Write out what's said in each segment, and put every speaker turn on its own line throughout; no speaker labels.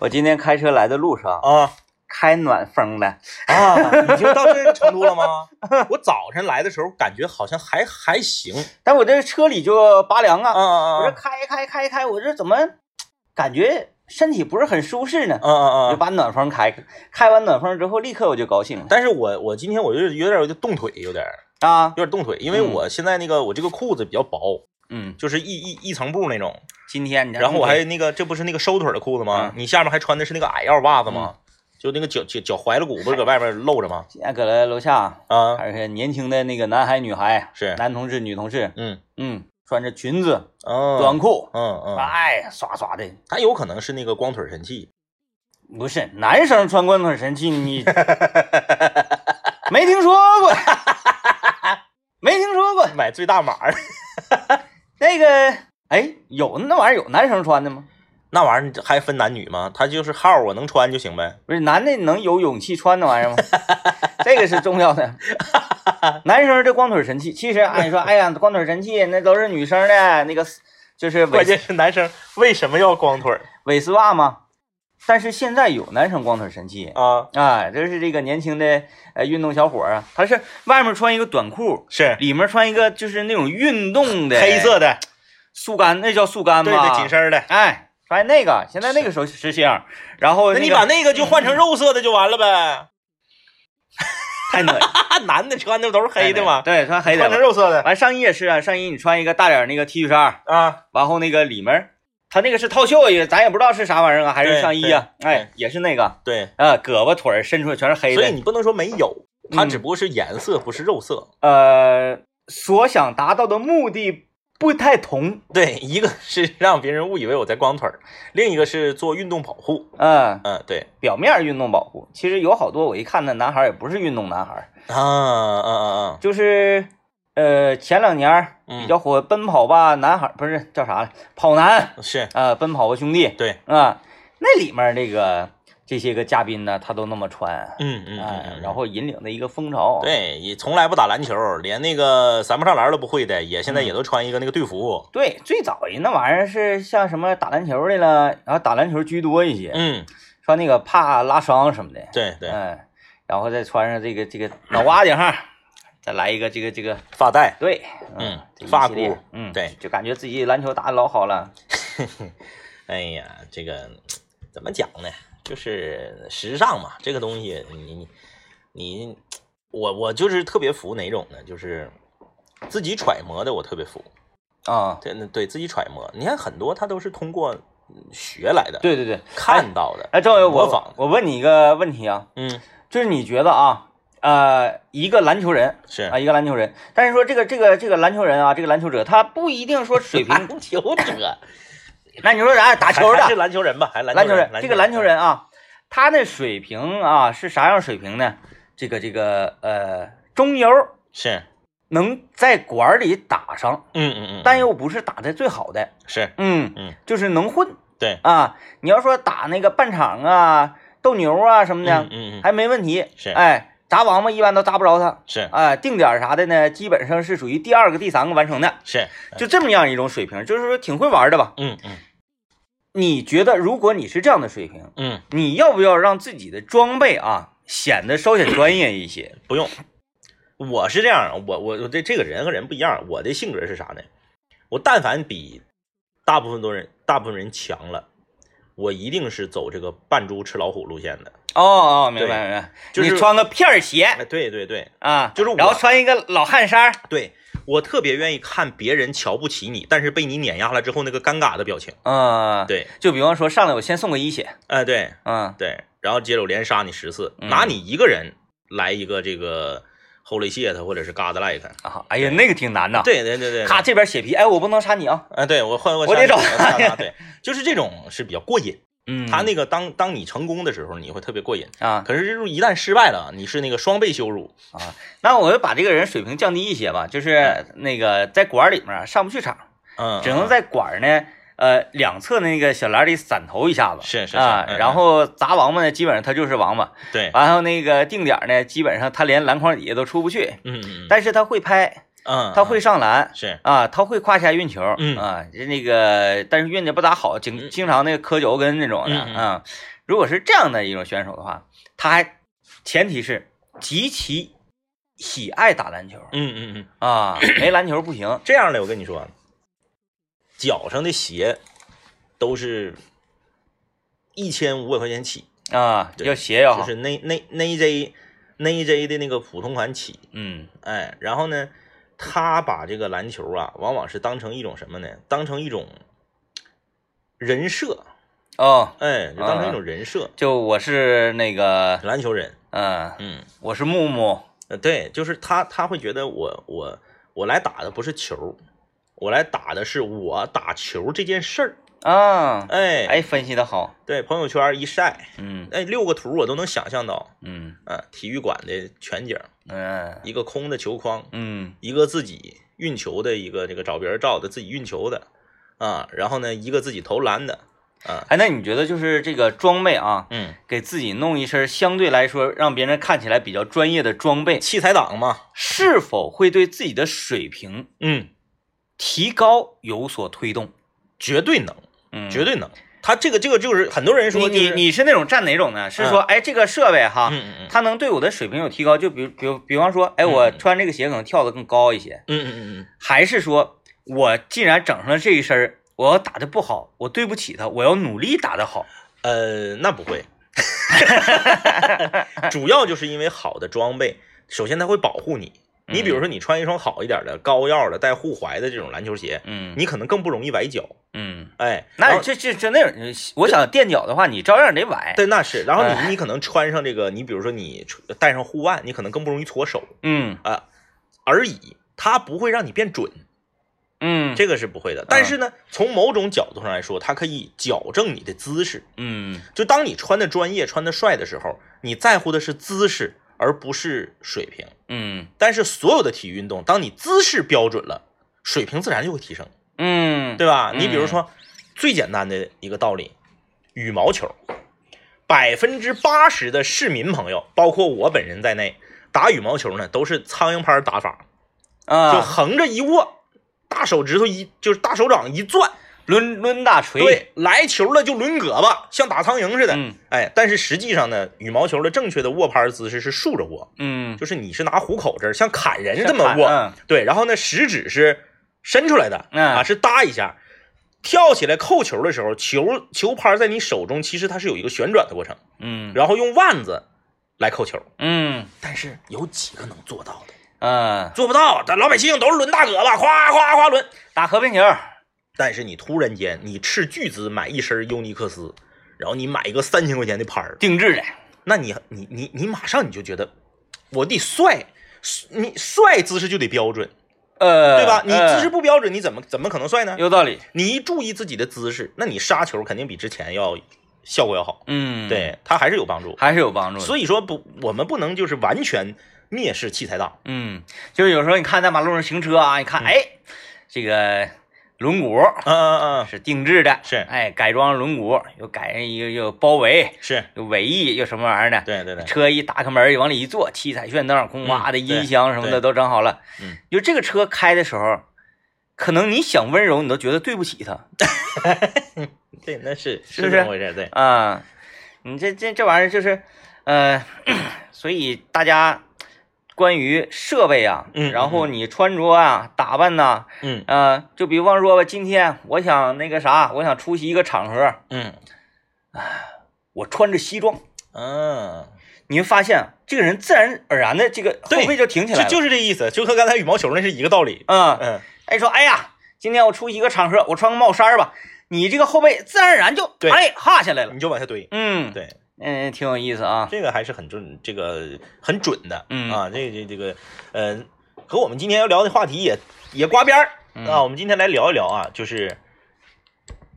我今天开车来的路上，
啊
开暖风了，
啊，已经到这个程度了吗？我早晨来的时候感觉好像还还行，
但我这车里就拔凉
啊
啊，
啊
我这
啊
开开开开，我这怎么感觉身体不是很舒适呢？
啊
我
啊
就！把暖风开开，开完暖风之后，立刻我就高兴了
但是我我今天我就是有点有点冻腿，有点
啊
有，点冻腿，因为
嗯
我现在那个我这个裤子比较薄，
嗯，
就是一一一层布那种。
今天你
然后我还那个这不是那个收腿的裤子吗？
嗯
你下面还穿的是那个矮腰袜子吗？就那个脚脚脚踝了骨不是搁外面露着吗？
今天搁了楼下，
啊，
而且年轻的那个男孩女孩，
是，
男同志女同志，
嗯，
嗯，穿着裙子
哦，
短裤，
嗯嗯，
哎，刷刷的，
他有可能是那个光腿神器，
不是男生穿光腿神器，你没听说过， 没听说过
买最大码儿
那个，哎，有那玩意儿有男生穿的吗？
那玩意儿还分男女吗？他就是号儿我能穿就行呗。
不是男的能有勇气穿那玩意儿吗？ 这个是重要 的。男生这光腿神器，其实按说，哎呀，光腿神器那都是女生的那个，就是
关
伪
键是男生为什么要光腿儿
伪丝袜嘛。但是现在有男生光腿神器
啊？
啊，这是这个年轻的呃运动小伙儿啊，他是外面穿一个短裤，
是
里面穿一个就是那种运动的
黑色的，
速干，那叫速干
对
吧？
对，紧。身儿的。
哎，穿那个，现在那个时候时兴。然后、
那你
个
把那个就换成肉色的就完 了呗。
太暖
啊，男的穿的都是 黑的嘛，
哎对，穿黑的
换
吧
成。肉色的
完上衣也是啊，上衣你穿一个大点儿那个 T 恤衫，
啊。
然后那个里面儿，它那个是套袖也，咱也不知道是啥玩意儿啊，还
对
是上衣啊？
对
哎，也是那个
对，
啊，胳膊腿儿伸出来全是黑
所以
的。
你不能说没有，它
嗯
只不过是颜色，不是肉色。
呃，所想达到的目的不太同，
对，一个是让别人误以为我在光腿儿，另一个是做运动保护。
嗯、
嗯，对
表面儿运动保护，其实有好多我一看那男孩儿也不是运动男孩儿，
啊啊啊啊，嗯
就是呃前两年儿比较火奔跑吧男孩儿，不是叫啥来，跑男啊、
是
奔跑吧兄弟，
对，
啊，那里面这个这些个嘉宾呢，他都那么穿，
嗯嗯嗯
哎，
嗯，
然后引领的一个风潮。，
对，也从来不打篮球，连那个三不上篮都不会的，也现在也都穿一个那个队服。
对，最早人那玩意儿是像什么打篮球的了，然后打篮球居多一些，
嗯，
穿那个怕拉伤什么的，
对对，
嗯，然后再穿上这个这个脑瓜顶上，再来一个这个这个，
发带，
对，
嗯
这一
发
系列
箍
嗯，
对，
就感觉自己篮球打的老好了，
哎呀，这个怎么讲呢？就是时尚嘛，这个东西你你你，我我就是特别服哪种呢？就是自己揣摩的，我特别服。
啊，
对对，自己揣摩。你看很多他都是通过嗯学来的，，
对对对，
看到的。
哎，赵伟，
模仿
我我问你一个问题啊，
嗯，
就是你觉得啊，呃，一个篮球人，
是
啊，一个篮球人。但是说这个这个这个篮球人啊，这个篮球者，他不一定说水平。
篮球者，
那你说哎，打球
还还是
的
篮球人吧？还是
篮
篮
球
球
人
人，，
这个篮球人啊，他那水平啊是啥样水平呢？这个这个呃，中游
是，
能在管里打上，
嗯嗯嗯，
但又不是打的最好的，
是
嗯
嗯，
就是能混
对，
啊。你要说打那个半场啊、斗牛啊什么的
嗯，嗯嗯，
还没问题。
是
哎，砸王八一般都砸不着他。
是
啊，定点啥的呢，基本上是属于第二个、第三个完成的，
是，
就这么样一种水平，就是说挺会玩的吧？
嗯嗯
你觉得如果你是这样的水平，
嗯，
你要不要让自己的装备啊显得稍显专业一 些？
不用。我是这样，我我我这这个人和人不一样，我的性格是啥呢？我但凡比大部分多人大部分人强了，我一定是走这个扮猪吃老虎路线的。
哦哦，明
对
白明白，
就是
你穿个片儿鞋
哎，对对对，
啊，
就是我
然后穿一个老汗衫儿，
对我特别愿意看别人瞧不起你，但是被你碾压了之后那个尴尬的表情。
嗯，，
对，
就比方说上来我先送个一血，
哎、对
嗯
对，然后接着我连杀你十次，
嗯
拿你一个人来一个这个 Holy shit 或者是 God like，
啊，哎呀，那个挺难的，，
对对对对，
咔这边血皮，哎，我不能杀你啊，
啊，对我换我
我得找
他，杀对，就是这种是比较过瘾。
嗯，
他那个当当你成功的时候，你会特别过瘾。
啊，
可是这种一旦失败了，你是那个双倍羞辱。
那我就把这个人水平降低一些吧，就是那个在馆儿里面啊上不去场，
嗯，
只能在馆儿呢，呃，两侧那个小栏里散投一下子，
是是是
啊，
嗯嗯哎
然后砸王八呢，基本上他就是王八，
对，
然后那个定点呢，基本上他连篮筐底下都出不去，
嗯嗯嗯，
但是他会拍，
嗯，
他会上篮
是
啊，他会胯下运球，
嗯
啊，那个但是运的不咋好，经经常那个磕脚后跟那种的
嗯嗯
啊。如果是这样的一种选手的话，他还前提是极其喜爱打篮球
嗯嗯嗯，
啊，没篮球不行。
这样的我跟你说，脚上的鞋都是一千五百块钱起，
啊，
对
要鞋要
就
好，
是那那那一 J 那一 J 的那个普通款起，
嗯
哎，然后呢，他把这个篮球啊，往往是当成一种什么呢？当成一种人设，
哦，
哎，就当成一种人设，
就我是那个，
篮球人，
嗯、
嗯，
我是木木，
呃对，就是他他会觉得我我我来打的不是球，我来打的是我打球这件事儿，
啊，
哎
哎，分析的好，
对，朋友圈一晒，
嗯
哎，六个图我都能想象到，
嗯
嗯、体育馆的全景，
嗯
一个空的球框，
嗯
一个自己运球的一个这个找别人照的自己运球的啊，然后呢一个自己投篮的啊，
哎，那你觉得就是这个装备啊，
嗯，
给自己弄一身相对来说让别人看起来比较专业的装备，
器材党嘛，
是否会对自己的水平
嗯，
提高有所推动？
绝对能，
嗯，
绝。对能。他这个这个就是很多人
你
说就
你
是
你是那种站哪种呢？是说，哎，这个设备哈，
嗯嗯嗯
它能对我的水平有提高？就比如，比如，比方说，哎，我
嗯
穿这个鞋可能跳得更高一些，
嗯嗯嗯
还是说我既然整上了这一身儿，我要打得不好，我对不起他，我要努力打得好。
嗯，呃，那不 会，主要就是因为好的装备，首先它会保护你。
嗯
你比如说，你穿一双好一点的、高腰的、带护踝的这种篮球鞋，
嗯
你可能更不容易崴脚。
嗯，
哎，然
那
后
这这这那种，我想垫脚的话，你照样得崴。
对，那是。然后
哎
你你可能穿上这个，你比如说你穿戴上护腕，你可能更不容易搓手
嗯
啊、而已。它不会让你变准，
嗯
这个是不会的。但是呢，从某种角度上来说，它可以矫正你的姿势。
嗯
就当你穿的专业、穿的帅的时候，你在乎的是姿势，而不是水平。
嗯
但是所有的体育运动，当你姿势标准了，水平自然就会提升，
嗯，
对吧？你比如
嗯
说，最简单的一个道理，羽毛球，百分之八十的市民朋友，包括我本人在内，打羽毛球呢都是苍蝇拍打法，就
啊，
横着一握，大手指头一就是大手掌一攥，
抡抡大锤。
对，来球了就抡胳膊，像打苍蝇似的。
嗯
哎，但是实际上呢，羽毛球的正确的握拍姿势是竖着握，
嗯，
就是你是拿虎口这儿像砍人
像
这么
砍
握，
嗯
对，然后呢食指是伸出来的，
嗯
啊是搭一下，跳起来扣球的时候，球球拍在你手中，其实它是有一个旋转的过程，
嗯
然后用腕子来扣球，
嗯
但是有几个能做到的？
啊，
做不到，咱老百姓都是抡大胳膊，夸夸夸抡。
打和平球。
但是你突然间，你斥巨资买一身尤尼克斯，然后你买一个三千块钱的拍儿，
定制的，
那你你你你马上你就觉得我得帅，你帅姿势就得标准，
呃，
对吧？你姿势
呃
不标准，你怎么怎么可能帅呢？
有道理，
你一注意自己的姿势，那你杀球肯定比之前要效果要好，
嗯，，
对，它还是有帮助。
还是有帮助的。
所以说不，我们不能就是完全蔑视器材党，
嗯，就是有时候你看在马路上行车啊，你看，哎，这个轮毂
嗯嗯嗯，
是定制的，
是
哎，改装轮毂，又改又又包围，
是
又尾翼，又什么玩意儿的，
对对对，
车一打开门往里一坐，七彩炫灯，空哇
嗯
的音
对
箱什么的
对
都整好了。
嗯，
就这个车开的时候，可能你想温柔，你都觉得对不起他
对，那是
是不是
这么回事？对，
啊。你这这这玩意儿就是，呃，所以大家关于设备啊，
嗯嗯
然后你穿着啊、打扮呐、
嗯
呃，就比方说吧，今天我想那个啥，我想出席一个场合，
嗯
我穿着西装，
嗯，
你会发现这个人自然而然的这个后
对
背就挺起来
就
了。
就是这意思，就和刚才羽毛球那是一个道理。
嗯，
嗯，
哎说，哎呀，今天我出席一个场合，我穿个帽衫儿吧，你这个后背自然而然就
对
哎哈下来了。
你就往下堆。
嗯，
对，
嗯，挺有意思啊。
这个还是很准，这个很准的。
嗯
啊，这这这个，呃，和我们今天要聊的话题也也刮边儿
嗯
啊。我们今天来聊一聊啊，就是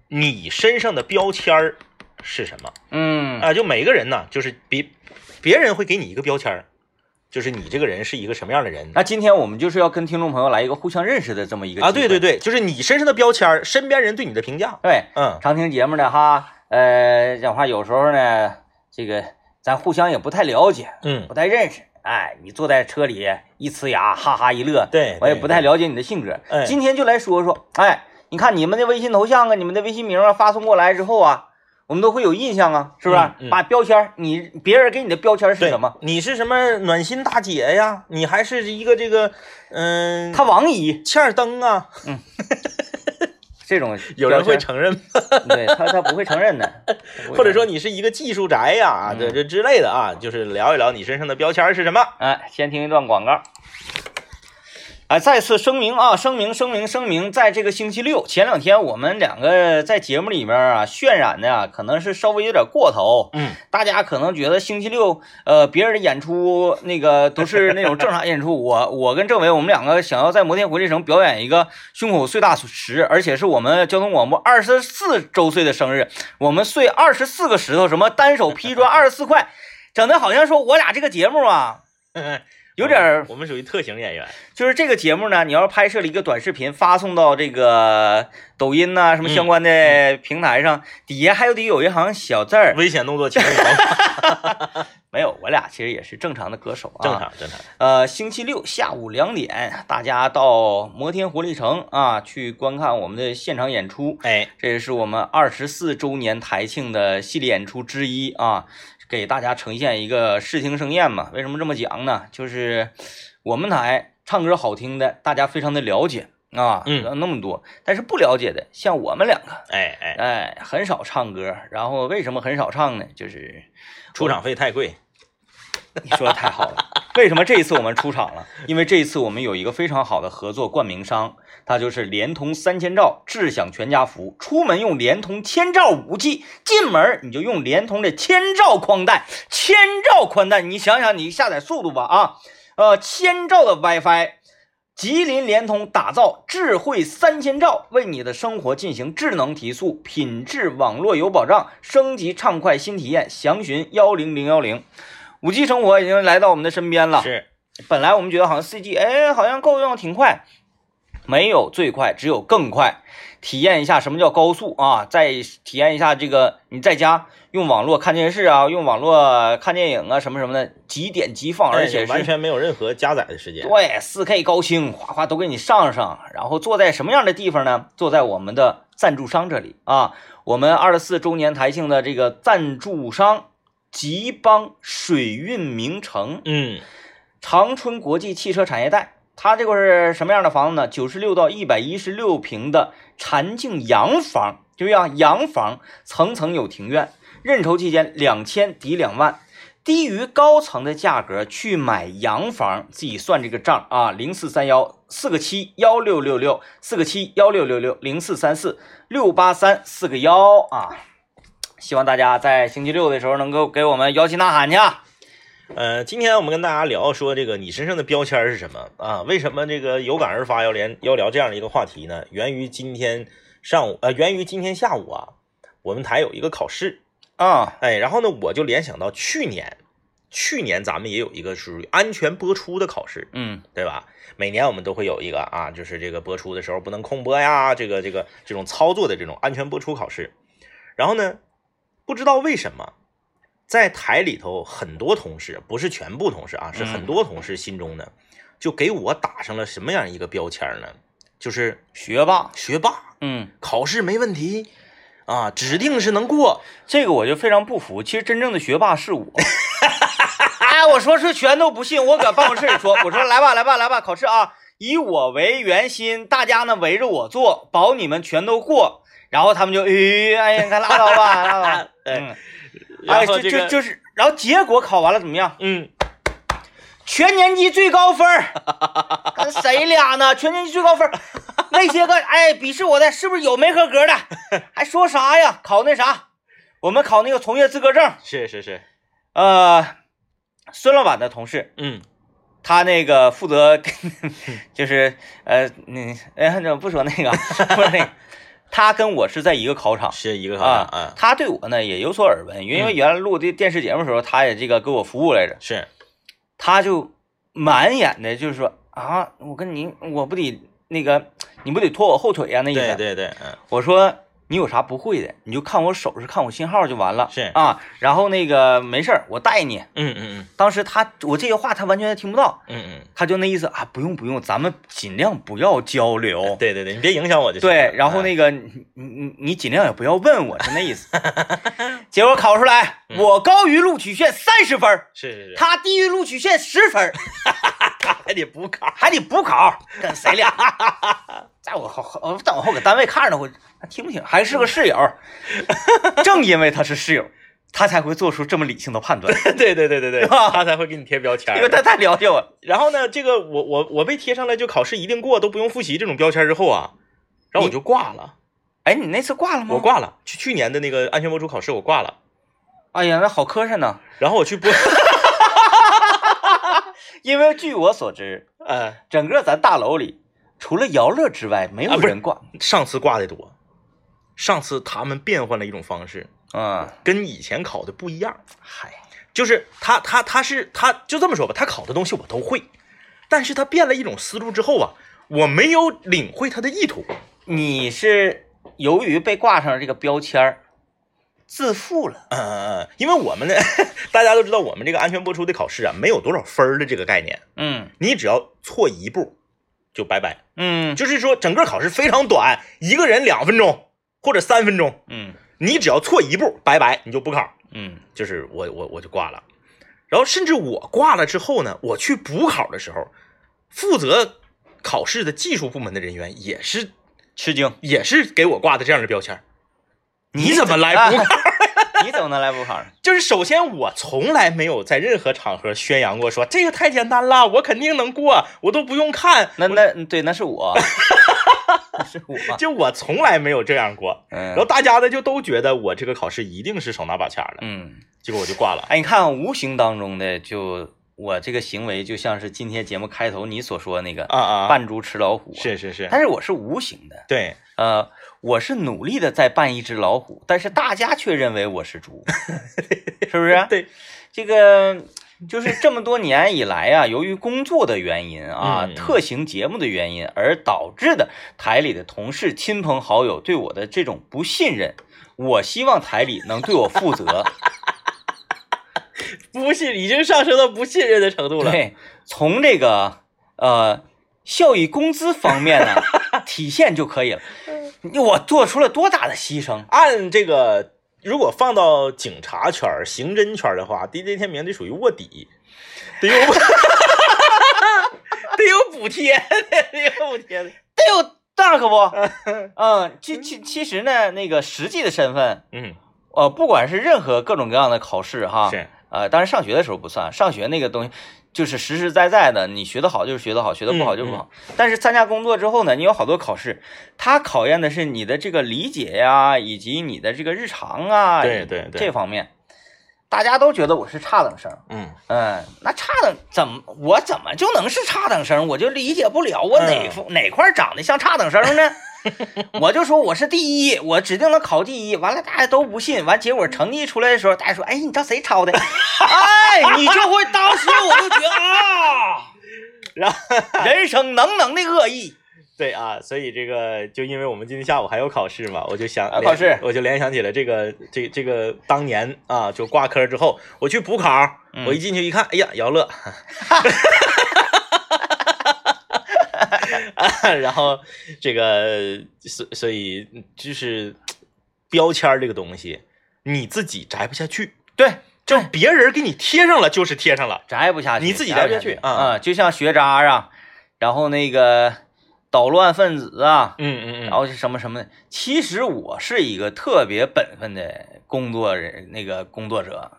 你身上的标签儿是什么
嗯
啊？就每个人呢，就是别别人会给你一个标签儿，就是你这个人是一个什么样的人。
那今天我们就是要跟听众朋友来一个互相认识的这么一个
啊，对对
对
对，就是你身上的标签儿，身边人对你的评价。
对，
嗯
常听节目的哈，呃，讲话有时候呢，这个咱互相也不太了解，
嗯
不太认识，哎，你坐在车里一呲牙，哈哈一乐。
对
我也
对
不太了解你的性格
哎。
今天就来说说，哎，你看你们的微信头像啊，你们的微信名啊，发送过来之后啊，我们都会有印象啊，是不是？
嗯嗯
把标签儿，你别人给你的标签儿是
对
什么？？
你是什么暖心大姐呀？你还是一个这个嗯，
他王姨
欠儿灯啊？
这种
有人
标签
会
儿
承认吗？
对他他不会承认 的，不会
或者
承
说你是一个技术宅呀、啊，
嗯
这这之类的啊，就是聊一聊你身上的标签是什么。
哎，先听一段广告。哎，再次声明啊，声明，声明，声明，在这个星期六前两天，我们两个在节目里面啊渲染的啊，可能是稍微有点过头，
嗯，
大家可能觉得星期六呃别人的演出那个都是那种正常演出， 我我跟政委我们两个想要在摩天回力城表演一个胸口碎大石，而且是我们交通广播二十四周岁的生日，我们碎二十四个石头，什么单手劈砖二十四块，整的好像说我俩这个节目啊。
嗯
有点儿
我们属于特型演员。
就是这个节目呢，你要拍摄了一个短视频，发送到这个抖音呐、什么相关
嗯
的平台上，底下还有得有一行小字儿。
危险动作 请勿模仿
啊没有，我俩其实也是正常的歌手啊。
正。常正常。
呃，星期六下午两点，大家到摩天活力城啊去观看我们的现场演出。
哎，
这也是我们二十四周年台庆的系列演出之一啊，给大家呈现一个视听盛宴嘛。为什么这么讲呢？就是我们台唱歌好听的，大家非常的了解啊，
嗯，
那么多，但是不了解的，像我们两个，
哎哎，
哎，很少唱歌。然后为什么很少唱呢？就是
出场费太贵。
你说的太好了。为什么这一次我们出场了？因为这一次我们有一个非常好的合作冠名商，它就是联通三千兆智享全家福。出门用联通千兆五 G，进门你就用联通的千兆宽带，千兆宽带，你想想你下载速度吧啊，呃，千兆的 WiFi。吉林联通打造智慧三千兆，为你的生活进行智能提速，品质网络有保障，升级畅快新体验。详询幺零零幺零。五 G 生活已经来到我们的身边了。
是，
本来我们觉得好像四 G，哎，好像够用挺快，没有最快，只有更快。体验一下什么叫高速啊，再体验一下这个你在家用网络看电视啊，用网络看电影啊，什么什么的，几点即放，而且
哎
是
完全没有任何加载的时间。
对，四 K 高清，哗哗都给你上上。然后坐在什么样的地方呢？坐在我们的赞助商这里啊，我们二十四周年台庆的这个赞助商吉邦水运名城
嗯，
长春国际汽车产业带。它这个是什么样的房子呢？九十六到一百一十六平的禅境洋房，就像洋房，层层有庭院。认筹期间两千抵两万，低于高层的价格去买洋房，自己算这个账啊。零四三幺四个七幺六六六四个七幺六六六零四三四六八三四个幺啊。希望大家在星期六的时候能够给我们摇旗呐喊去啊！
呃，今天我们跟大家聊说这个你身上的标签是什么啊？为什么这个有感而发要连要聊这样的一个话题呢？源于今天上午，呃，源于今天下午啊，我们台有一个考试，
啊、
哎，然后呢，我就联想到去年，去年咱们也有一个属于安全播出的考试，
嗯，
对吧？每年我们都会有一个啊，就是这个播出的时候不能空播呀，这个这个这种操作的这种安全播出考试。然后呢，不知道为什么，在台里头很多同事，不是全部同事啊，是很多同事心中呢，就给我打上了什么样一个标签呢？就是
学霸，
学霸，
嗯。
考试没问题啊，指定是能过。
这个我就非常不服。其实真正的学霸 是我。哎，我说是全都不信，我搁办公室里说， 我说来吧，来吧，来吧，考试啊，以我为圆心，大家呢围着我做，保你们全都过。然后他们就，哎，哎呀，你看拉倒吧，拉倒 吧。嗯，哎，
然后
就
这个
就就是，然后结果考完了怎么样？
嗯，
全年级最高分儿，跟谁俩呢？全年级最高分儿，那些个哎鄙视我的，是不是有没合格的？还说啥呀？考那啥，我们考那个从业资格证。
是是是，
呃，孙老板的同事，
嗯，
他那个负责 就是呃，你哎，那不说那个，不说那个，他跟我是在一个考场。
是一个考
啊
场啊，
他对我呢也有所耳闻，因为原来录这电视节目的时候，他也这个给我服务来着。
是
他就满眼的就是说啊，我跟您，我不得那个，你不得拖我后腿呀、那意思。
对对对，嗯
我说你有啥不会的，你就看我手势，看我信号就完了。
是
啊，然后那个没事儿，我带你。
嗯嗯
当时他我这些话他完全听不到，
嗯嗯
他就那意思啊，不用不用，咱们尽量不要交流
嗯，。对对对，你别影响我就行了。
对，然后
嗯
那个你你你你尽量也不要问我，是那意思。结果考出来，
嗯
我高于录取线三十分儿，
是是是，
他低于录取线十分儿，
还得补考。
还得补考，跟谁俩？ 在我后我在我后搁单位看着我，他听不清，还
嗯
是个室友。 正因为他是室友，他才会做出这么理性的判断，
对对对 对对，
是吧
他才会给你贴标签儿。
因为他太了解我了。
然后呢，这个我我我被贴上来就考试一定过都不用复习这种标签之后啊，然后我就挂了，
哎，你那次挂了吗？
我。挂了，去去年的那个安全播出考试我挂了，
哎呀，那好磕碜呢。
然后我 去播，
因为据我所知，
呃，
整个咱大楼里除了姚乐之外，没有
啊不是
人挂。
上次挂的多，上次他们变换了一种方式，
嗯，
跟以前考的不一样，
嗨，
就是他他他是他就这么说吧，他考的东西我都会，但是他变了一种思路之后啊，我没有领会他的意图，
你是由于被挂上了这个标签儿，自负了。
呃，因为我们呢， 大家都知道我们这个安全播出的考试啊，没有多少分儿的这个概念。
嗯
你只要错一步，就拜拜。
嗯
就是说，整个考试非常短，一个人两分钟或者三分钟，
嗯
你只要错一步，拜拜，你就补考。
嗯
就是我我我就挂了，然后甚至我挂了之后呢，我去补考的时候，负责考试的技术部门的人员也是
吃惊，
也是给我挂的这样的标签儿。你怎么来
啊
补考？
你怎么能来补考呢？
就是首先，我从来没有在任何场合宣扬过说这个太简单了，我肯定能过，我都不用看。
那那对，那是我，那是我。
就我从来没有这样过。
嗯
然后大家呢就都觉得我这个考试一定是手拿把掐的，
嗯，
结果我就挂了。
哎，你看，无形当中的就我这个行为，就像是今天节目开头你所说的那个
啊啊，
扮猪吃老虎。，
是是是，
但是我是无形的，
对，
呃，我是努力的在扮一只老虎，但是大家却认为我是猪，是不啊是？
对，
这个就是这么多年以来啊，由于工作的原因啊，
嗯
特型节目的原因而导致的台里的同事、亲朋好友对我的这种不信任，我希望台里能对我负 责。
不信已经上升到不信任的程度了。
对，从这个呃效益工资方面呢体现就可以了。我做出了多大的牺牲？
按这个，如果放到警察圈儿、刑侦圈儿的话，DJ 天明这属于卧底，得有 得有补贴的，得有补贴的。
得有那 可不，嗯，其其其实呢，那个实际的身份，
嗯，
呃，不管是任何各种各样的考试哈，
是，
呃，当然上学的时候不算，上学那个东西就是实实在在的，你学得好就是学得好，学得不好就不好。
嗯
但是参加工作之后呢，你有好多考试，它考验的是你的这个理解呀，以及你的这个日常啊，
对对对
这方面，大家都觉得我是差等生。
嗯，
嗯，那差等怎么我怎么就能是差等生？我就理解不了，我哪
嗯
方、哪块长得像差等生 呢？我就说我是第一，我指定能考第一。完了，大家都不信，完结果成绩出来的时候，大家说：“哎，你知道谁 抄的？”哎，你就会当时我就觉得啊，
然后
人生能能的恶意。
对啊，所以这个就因为我们今天下午还有考试嘛，我就想
啊考试
联我就联想起了这个这这个当年啊，就挂科之后，我去补考，
嗯
我一进去一看，哎呀，姚乐， 啊然后这个所所以就是标签儿这个东西，你自己摘不下去，
对，
就别人给你贴上了就是贴上了，
摘不下去，
你自己
摘
摘
不
不
下
下去
啊、
啊
就像学渣啊，然后那个捣乱分子啊，
嗯嗯
然后是什么什么的。其实我是一个特别本分的工作人，那个工作 者，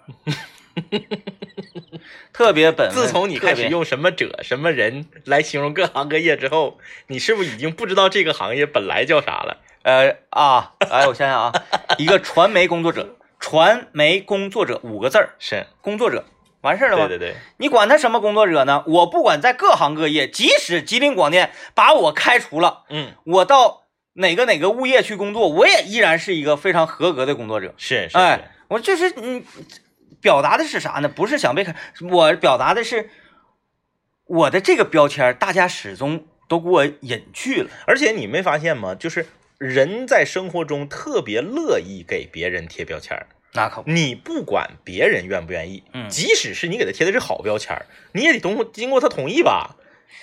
特别本分。
自从你开
特
始
别，
用什么者、什么人来形容各行各业之后，你是不是已经不知道这个行业本来叫啥了？
呃啊，哎，我想想啊，一个传媒工作者，传媒工作者五个字儿，
是，
工作者，完事儿了吗？
对对对，
你管他什么工作者呢？我不管在各行各业，即使吉林广电把我开除了，
嗯，
我到哪个哪个物业去工作，我也依然是一个非常合格的工作者。
是是是，
哎，我就是嗯，表达的是啥呢？不是想被看，我表达的是我的这个标签儿，大家始终都给我隐去了。
而且你没发现吗？就是人在生活中特别乐意给别人贴标签儿，
那可不，
你不管别人愿不愿意，
嗯
即使是你给他贴的是好标签儿，你也得通过经过他同意吧？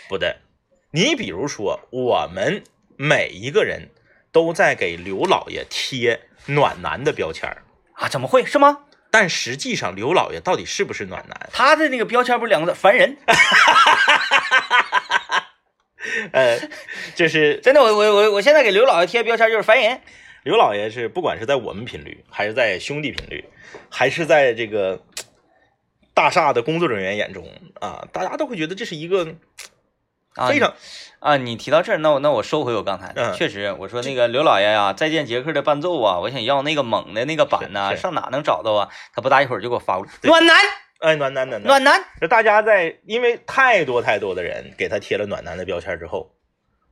不对，你比如说，我们每一个人都在给刘老爷贴暖男的标签儿，
啊，怎么会是吗？
但实际上刘老爷到底是不是暖男？
他的那个标签不是两个字，烦人。
呃，就是
真的，我我我我现在给刘老爷贴标签就是烦人。
刘老爷是不管是在我们频率，还是在兄弟频率，还是在这个嘖大厦的工作人员眼中啊，大家都会觉得这是一个嘖
啊
非常、
啊，你提到这儿，那我那我收回我刚才的，
嗯
确实，我说那个刘老爷呀、再见杰克》的伴奏啊，我想要那个猛的那个版呐、
是是
上哪能找到啊？他不大一会儿就给我发过来，
对
暖男，
哎暖男暖男。
暖男，
就大家在因为太多太多的人给他贴了暖男的标签之后，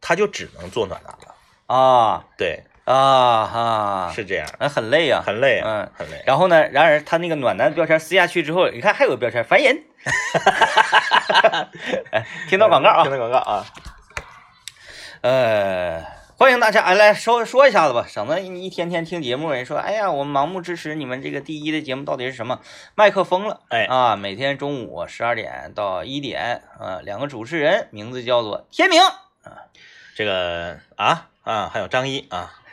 他就只能做暖男了。
啊
对，
啊哈，
是这样，
啊，很累呀、
很累啊
嗯，
很累。
然后呢，然而他那个暖男标签撕下去之后，你看还有个标签烦人， 哎听到广告啊
听，到广告啊，嗯
呃，欢迎大家哎来说说一下子吧，省得你一天天听节目，人说哎呀，我盲目支持你们这个第一的节目到底是什么？麦克风了，
哎
啊，每天中午十二点到一点，啊，两个主持人名字叫做天明，
这个啊啊，还有张一啊。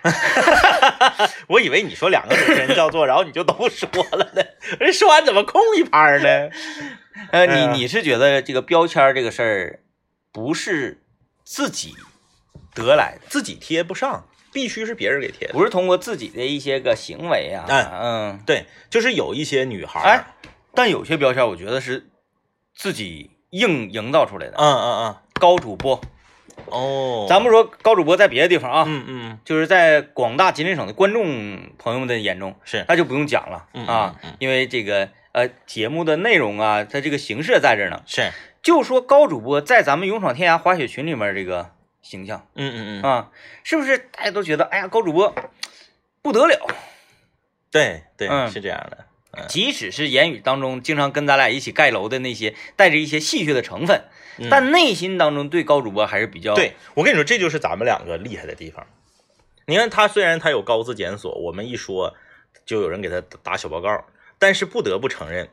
我以为你说两个主持人叫做，然后你就都说了呢。人说完怎么空一拍呢？
呃，
哎呀
你你是觉得这个标签儿这个事儿不是自己得来的，
自己贴不上，必须是别人给贴的。
不是通过自己的一些个行为啊，
哎
嗯，
对，就是有一些女孩儿，
哎，但有些标签儿我觉得是自己硬营造出来的，
嗯嗯
高主播。
嗯，哦，
咱不说高主播在别的地方啊，
嗯嗯
就是在广大吉林省的观众朋友们的眼中，
是
那就不用讲了
嗯
啊，
嗯嗯
因为这个呃节目的内容啊，它这个形式在这儿呢。
是，
就说高主播在咱们勇闯天涯滑雪群里面这个形象
嗯嗯嗯，
啊，是不是大家都觉得哎呀高主播不得了？
对对
嗯
是这样的，
即使是言语当中经常跟咱俩一起盖楼的那些带着一些戏谑的成分，
嗯
但内心当中对高主播还是比较
对我跟你说，这就是咱们两个厉害的地方。你看他虽然他有高字检索，我们一说就有人给他打小报告，但是不得不承认，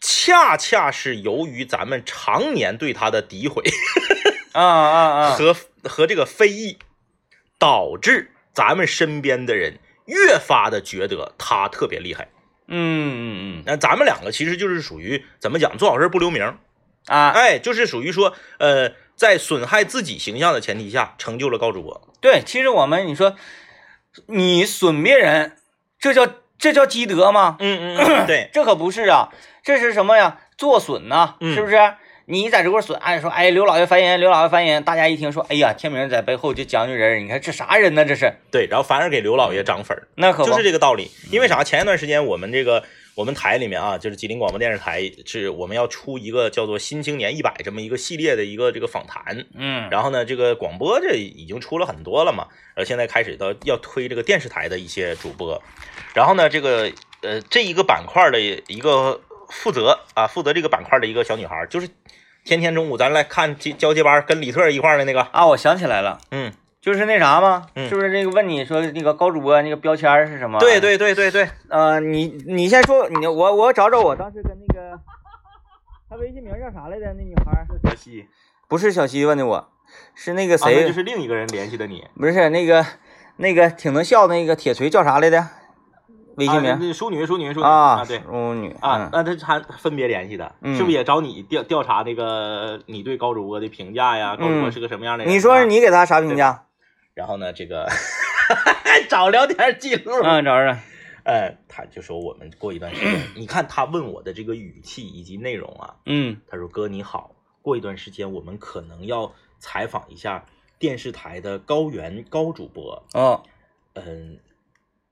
恰恰是由于咱们常年对他的诋毁
啊啊啊，
和、和这个非议，导致咱们身边的人越发的觉得他特别厉害。
嗯嗯嗯
那咱们两个其实就是属于怎么讲，做好事不留名，
啊，
哎，就是属于说，呃，在损害自己形象的前提下，成就了高主播。
对，其实我们你说你损别人，这叫这叫积德吗？
嗯嗯，对。
这可不是啊，这是什么呀？作损呐、
嗯
是不是？你在这块损，哎，说哎，刘老爷烦人，刘老爷烦人，大家一听说，哎呀，天明在背后就讲究人儿，你看这啥人呢？这是，
对，然后反而给刘老爷涨粉儿，
那可不，
就是这个道理。因为啥？前一段时间我们这个我们台里面啊，就是吉林广播电视台是我们要出一个叫做《新青年一百》这么一个系列的一个这个访谈。
嗯
然后呢，这个广播这已经出了很多了嘛，然后现在开始到要推这个电视台的一些主播。然后呢，这个呃这一个板块的一个负责啊，负责这个板块的一个小女孩儿，就是天天中午咱来看交交接班儿跟李特一块儿的那个，
啊，我想起来了，
嗯，
就是那啥嘛，
嗯
就是那个问你说那个高主播那个标签儿是什么？
对，对对对对，
呃，你你先说，你我我找找我当时跟那个她微信名叫啥来着？那女孩儿。
可惜。
不是小西问的我，是那个
啊那
谁，
就是另一个人联系的你，
不是那个那个挺能笑的那个铁锤叫啥来着？微信
啊
名
那淑女，淑女，淑女
啊，
对
淑女
啊，
嗯
那他还分别联系的，
嗯
是不是也找你调调查那个你对高主播的评价呀？高主播是个什么样的
嗯
人？
你说
啊
说。你给他啥评价？
然后呢，这个找聊天记录，
嗯，找找，
呃，他就说我们过一段时间，你看他问我的这个语气以及内容啊，
嗯
他说哥你好，过一段时间我们可能要采访一下电视台的高原高主播，
哦，
嗯，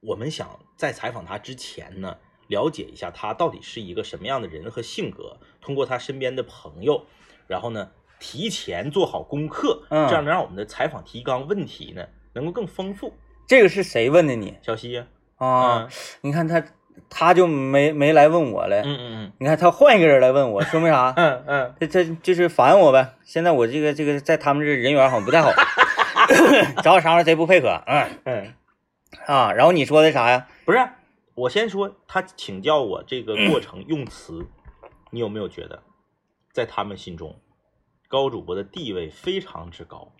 我们想在采访他之前呢，了解一下他到底是一个什么样的人和性格，通过他身边的朋友，然后呢，提前做好功课，
嗯
这样能让我们的采访提纲问题呢能够更丰富。
这个是谁问的你
小西呀，
啊？你看他他就没没来问我嘞，
嗯嗯
你看他换一个人来问我，说明啥？
嗯嗯
这这就是烦我呗。现在我这个这个在他们这人缘好像不太好。 找我啥玩意儿贼不配合，嗯
嗯，
啊，然后你说的啥呀？
不是，啊我先说他请教我这个过程用词，你有没有觉得，在他们心中，高主播的地位非常之高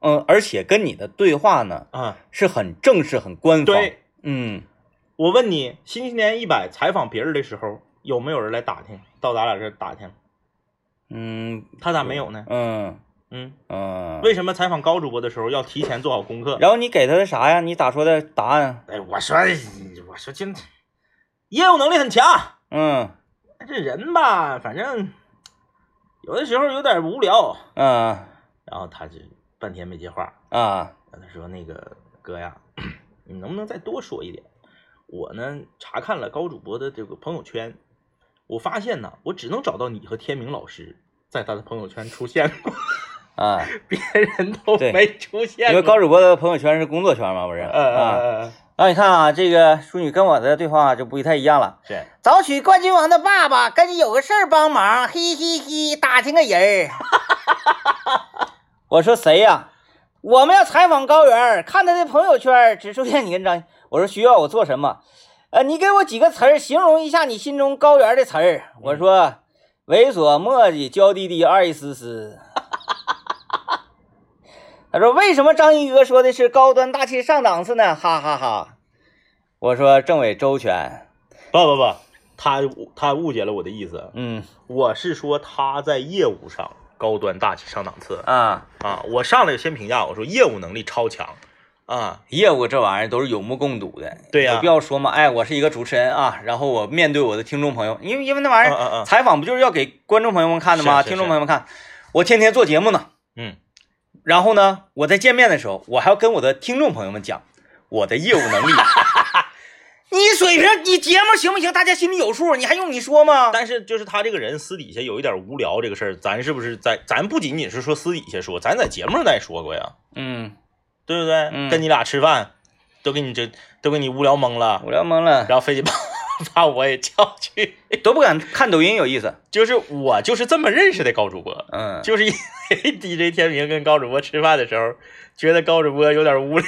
嗯，而且跟你的对话呢
啊？
是很正式、很官方。
对，，
嗯，
我问你，新年一百采访别人的时候，有没有人来打听到咱俩这儿打听？
嗯
他咋没有呢？
嗯
嗯，
嗯。
为什么采访高主播的时候要提前做好功课？
然后你给他的啥呀？你咋说的答案？啊
哎，我说，我说今业务能力很强，
嗯
这人吧，反正有的时候有点无聊。
嗯
然后他就半天没接话，
啊
然后他说：“那个哥呀，你能不能再多说一点？我呢查看了高主播的这个朋友圈，我发现呢，我只能找到你和天明老师在他的朋友圈出现过，
啊！
别人都
对
没出现
因
过。
为高主播的朋友圈是工作圈嘛，不是？
呃
啊。
呃，呃
然后你看啊，这个淑女跟我的对话就不太一样了。
是
早取冠军王的爸爸，赶紧有个事儿帮忙，嘿嘿嘿，打听个人儿。 我说谁呀、我们要采访高原儿，看他的朋友圈儿只出现你跟张。我说需要我做什么？呃，你给我几个词儿形容一下你心中高原儿的词儿。我说猥琐、墨迹、娇滴滴、爱思思。 他说为什么张一哥说的是高端大气上档次呢？哈哈哈我说政委周全，
不不不，他他误解了我的意思，
嗯
我是说他在业务上高端大气上档次
啊。
啊。我上来先评价，我说业务能力超强啊，
业务这玩意儿都是有目共睹的，
对呀
有必要说嘛？哎，我是一个主持人啊，然后我面对我的听众朋友，因为因为那玩意
嗯嗯
儿
嗯
采访不就是要给观众朋友们看的吗？
是是
听众朋友们看，我天天做节目呢，
嗯，
然后呢，我在见面的时候，我还要跟我的听众朋友们讲我的业务能力。你水平，你节目行不行？大家心里有数，你还用你说吗？
但是就是他这个人私底下有一点无聊这个事儿，咱是不是在咱不仅仅是说私底下说，咱在节目上咱也说过呀，
嗯，
对不对？
嗯
跟你俩吃饭，都给你这都给你无聊懵了，
无聊懵了，
然后非得把 把我也叫去，
都不敢看抖音有意思。
就是我就是这么认识的高主播，
嗯，
就是因为 DJ 天明跟高主播吃饭的时候，觉得高主播有点无聊，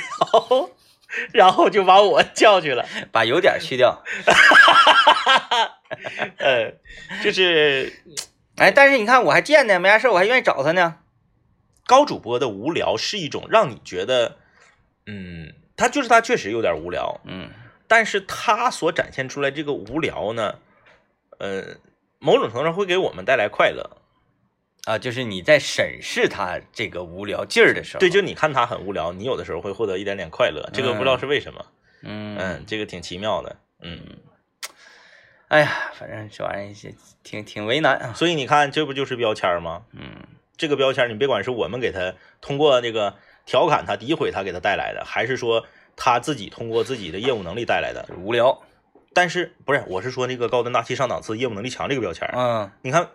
然后就把我叫去了。
把有点去掉。
嗯，就是
哎，但是你看我还见呢，没啥事儿我还愿意找他呢。
高主播的无聊是一种让你觉得，嗯，他就是他确实有点无聊，
嗯
但是他所展现出来这个无聊呢，呃，某种程度上会给我们带来快乐。
啊，就是你在审视他这个无聊劲儿的时候，
对，就你看他很无聊，你有的时候会获得一点点快乐，这个不知道是为什么。
嗯
嗯，这个挺奇妙的。嗯。
哎呀，反正这玩意儿是挺挺为难啊，
所以你看，这不就是标签儿吗？
嗯，
这个标签儿，你别管是我们给他通过这个调侃他、诋毁他给他带来的，还是说他自己通过自己的业务能力带来的
就。是无聊，
但是不是，我是说那个高端大气上档次、业务能力强这个标签儿。
嗯，
你看，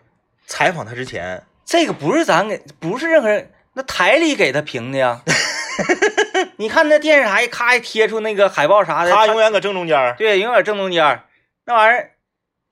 采访他之前，
这个不是咱给，不是任何人，那台里给他评的 呀，你看那电视台咔一贴出那个海报啥的，
哎他永远搁正中间儿。
对永远正中间儿，那玩意儿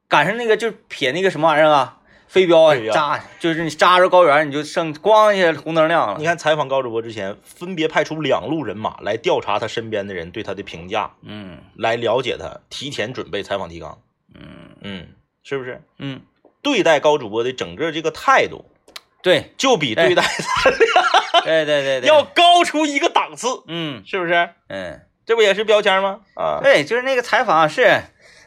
赶上那个就撇那个什么玩意儿啊，飞镖啊
飞，镖
扎就是你扎着高原儿你就剩咣一下红灯亮了，
你看，采访高主播之前，分别派出两路人马来调查他身边的人对他的评价，
嗯
来了解他，提前准备采访提纲。
嗯
嗯，是不是？
嗯，
对待高主播的整个这个态度，
对
就比哎对待他
对对对对，
要高出一个档次，
嗯
是不是？
嗯。
这不也是标签吗？啊，
对，就是那个采访啊是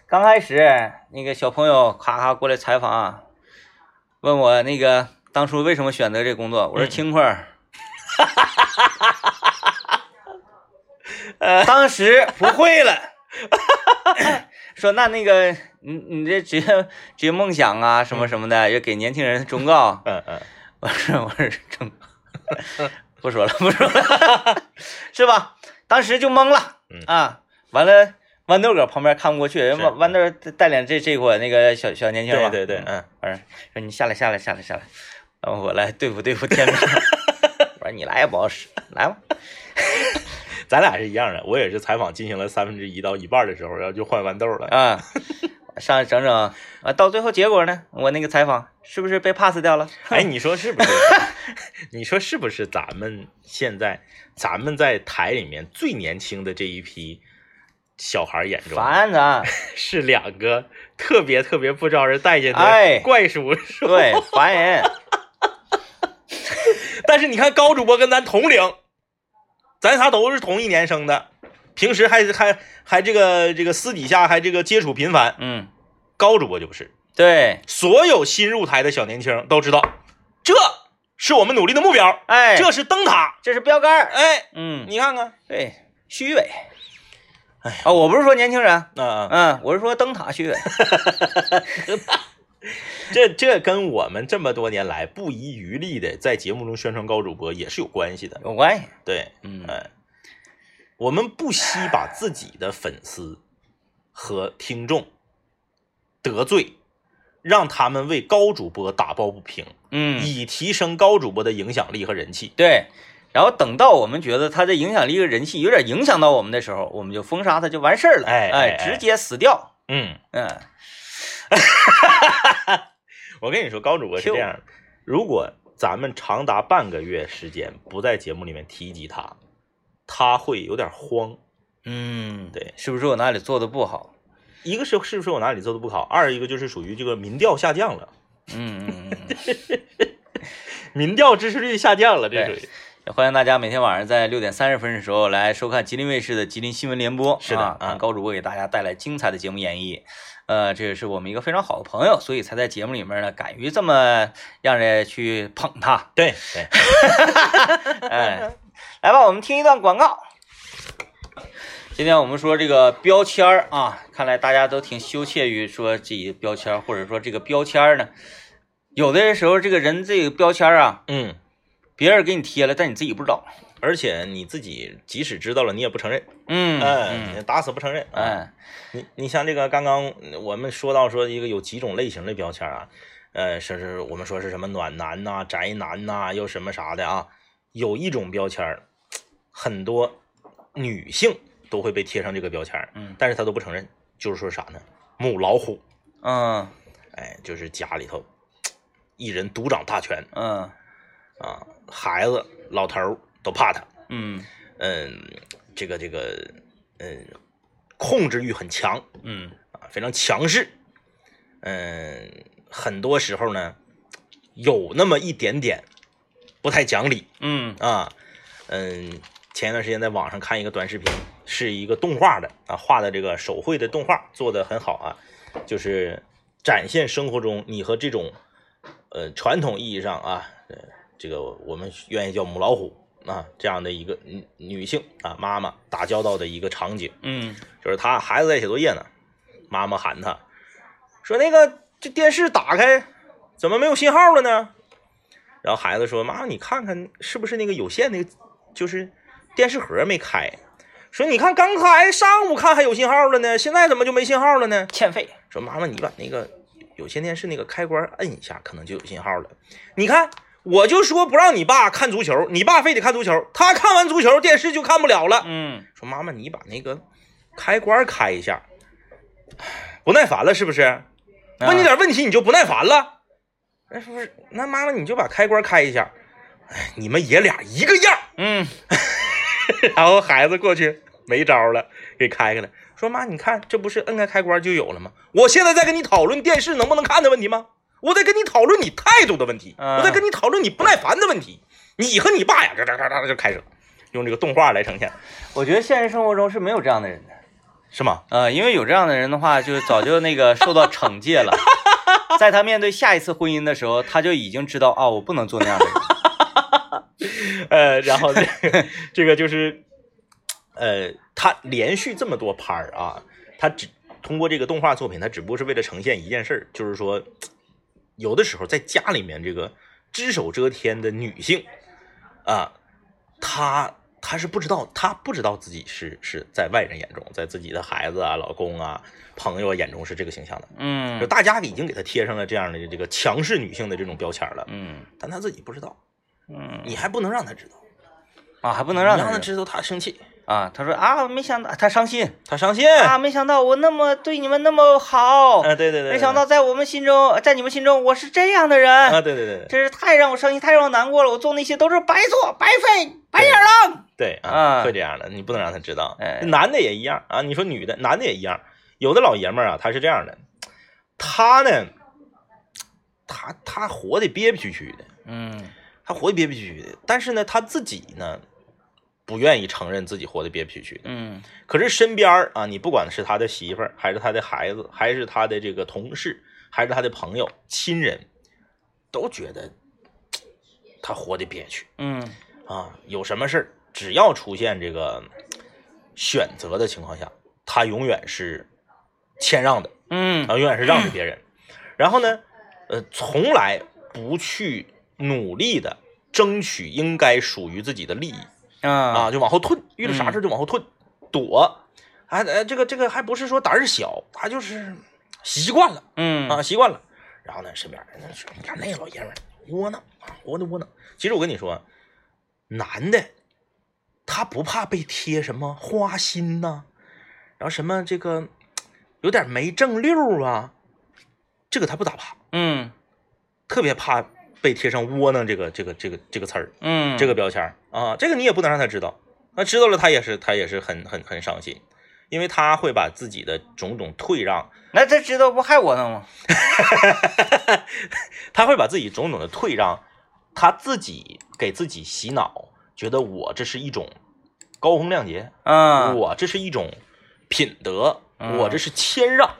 刚开始那个小朋友咔咔过来采访、啊，问我那个当初为什么选择这工作，我说
嗯
轻快儿。呃，当时不会 了，说那那个你你这职业职业梦想啊什么什么的，也给年轻人忠告。
嗯嗯，
我是我是正，不说了不说了， 是吧？当时就懵了，
嗯
啊，完了，豌豆搁旁边看不过去，人
是
豌豌豆带领这这一伙那个小小年轻
对
嘛，
对对，
嗯
嗯，
完事儿说你下来下来下来下来，然后我来对付对付天明， 我说你来也不好使，来吧，
咱俩是一样的，我也是采访进行了三分之一到一半的时候，然后就换豌豆了。
啊，上整整啊，到最后结果呢，我那个采访是不是被 pass 掉了？
哎，你说是不是？你说是不是？咱们现在，咱们在台里面最年轻的这一批小孩眼中，
烦啊咱，
是两个特别特别不招人待见
哎
的怪叔叔。
对，烦人。
但是你看高主播跟咱同龄，咱仨都是同一年生的，平时还还还这个这个私底下还这个接触频繁。
嗯，
高主播就不是，
对，
所有新入台的小年轻都知道，这是我们努力的目标，
哎，
这是灯塔。
这是标杆儿。
哎，
嗯，
你看看，
对，虚伪。哎啊，我不是说年轻人，
那、
嗯，我是说灯塔虚伪。
这这跟我们这么多年来不遗余力的在节目中宣传高主播也是有关系的。
有关系。
对，
嗯
哎，我们不惜把自己的粉丝和听众得罪，让他们为高主播打抱不平，
嗯，
以提升高主播的影响力和人气。
对。然后等到我们觉得他的影响力和人气有点影响到我们的时候，我们就封杀他就完事儿了。哎
哎哎，哎
直接死掉。
嗯，
嗯
我跟你说，高主播是这样的，如果咱们长达半个月时间不在节目里面提及他，他会有点慌。
嗯，
对，
是不是我哪里做的不好？
一个是是不是我哪里做的不好，二一个就是属于这个民调下降了，
嗯嗯嗯。
民调支持率下降了，这属于
也欢迎大家每天晚上在六点三十分的时候来收看吉林卫视的《吉林新闻联播》，
是的
啊，
啊
看高主播给大家带来精彩的节目演绎。呃，这也是我们一个非常好的朋友，所以才在节目里面呢，敢于这么让人去捧 他。
对对。
哎，来吧，我们听一段广告。今天我们说这个标签儿啊，看来大家都挺羞怯于说自己的标签儿，或者说这个标签儿呢，有的时候这个人这个标签儿啊，
嗯，
别人给你贴了，但你自己不知道。
而且你自己即使知道了，你也不承认，
嗯
嗯，
嗯，
打死不承认。啊，
哎，
你你像这个刚刚嗯我们说到说一个有几种类型的标签啊，呃，是是我们说是什么暖男呐、宅男呐、又什么啥的啊，有一种标签儿，很多女性都会被贴上这个标签儿，
嗯
但是她都不承认，就是说啥呢？母老虎，
嗯
哎，就是家里头一人独掌大权
嗯
啊，孩子、老头儿都怕他。
嗯
嗯，这个这个，嗯，控制欲很强
嗯
啊，非常强势。嗯，很多时候呢，有那么一点点不太讲理
嗯
啊。嗯，前一段时间在网上看一个短视频，是一个动画的啊，画的这个手绘的动画做的很好啊，就是展现生活中你和这种呃传统意义上啊，呃这个我们愿意叫母老虎啊这样的一个女女性啊妈妈打交道的一个场景，
嗯
就是她孩子在写作业呢，妈妈喊她说那个这电视打开怎么没有信号了呢？然后孩子说妈你看看是不是那个有线那个就是电视盒没开。说你看，刚开上午看还有信号了呢，现在怎么就没信号了呢？
欠费。
说妈妈，你把那个有线电视那个开关摁一下，可能就有信号了。你看，我就说不让你爸看足球，你爸非得看足球，他看完足球电视就看不了了。
嗯
说妈妈，你把那个开关开一下，不耐烦了是不是？
嗯
问你
啊
点问题你就不耐烦了，那是不是？那妈妈你就把开关开一下。哎，你们爷俩一个样儿。
嗯
然后孩子过去没招儿了，给开开了，说妈，你看这不是摁开开关就有了吗？我现在在跟你讨论电视能不能看的问题吗？我在跟你讨论你态度的问题，
嗯
我在跟你讨论你不耐烦的问题。你和你爸呀，这这这这就开始了，用这个动画来呈现，
我觉得现实生活中是没有这样的人的。
是吗？
呃，因为有这样的人的话，就早就那个受到惩戒 了。在他面对下一次婚姻的时候，他就已经知道啊、我不能做那样的人。
呃，然后这个这个就是，呃，他连续这么多拍儿啊，他只通过这个动画作品，他只不过是为了呈现一件事儿，就是说，有的时候在家里面这个只手遮天的女性啊，她她是不知道，她不知道自己是是在外人眼中，在自己的孩子啊、老公啊、朋友啊眼中是这个形象的，就
嗯
大家已经给她贴上了这样的这个强势女性的这种标签儿了，
嗯
但她自己不知道，
嗯
你还不能让她知道。
啊，还不能让
你让
他
他
知
知道他生气，
啊，他说啊，没想到他伤心
他伤心
啊，没想到我那么对你们那么好，
啊，对对对，
没想到在我们心中，在你们心中我是这样的人，
啊，对对对对
真是太让我伤心，太让我难过了。我做那些都是白做、白费、白眼狼。
对
啊
啊，会这样的，你不能让他知道
哎。
男的也一样啊，你说女的，男的也一样，有的老爷们儿啊，他是这样的，他呢，他他活得憋憋屈屈的，
嗯
他活得憋憋屈屈的，但是呢，他自己呢，不愿意承认自己活得憋憋屈屈的。
嗯
可是身边儿啊，你不管是他的媳妇儿，还是他的孩子，还是他的这个同事，还是他的朋友、亲人，都觉得他活得憋屈
嗯
啊。有什么事儿，只要出现这个选择的情况下，他永远是谦让的，
嗯
啊，永远是让着别人。然后呢，呃，从来不去努力的争取应该属于自己的利益。
啊
啊，就往后退，遇到啥事儿就往后退，躲。还呃，这个这个还不是说胆儿小，他就是习惯了
嗯
啊，习惯了。然后呢，身边儿人说：“你看那个老爷们儿窝囊啊，活的窝囊。”其实我跟你说，男的他不怕被贴什么花心呐、然后什么这个有点没正溜儿啊，这个他不咋怕，
嗯
特别怕被贴上窝囊这个这个这个这个词儿。
嗯，
这个标签儿啊，这个你也不能让他知道，那知道了他也是他也是很很很伤心，因为他会把自己的种种退让，
那这知道不害我呢吗？
他会把自己种种的退让，他自己给自己洗脑，觉得我这是一种高风亮节，
啊
我这是一种品德，
嗯
我这是谦让，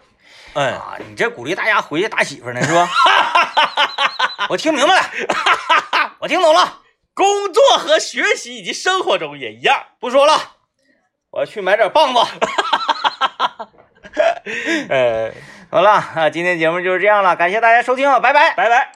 哎，
啊，你这鼓励大家回去打媳妇呢是吧？ 我听明白了，我听懂了，
工作和学习以及生活中也一样，
不说了，我去买点棒子。
呃，
哎好了啊，今天节目就是这样了，感谢大家收听啊，拜拜。
拜拜。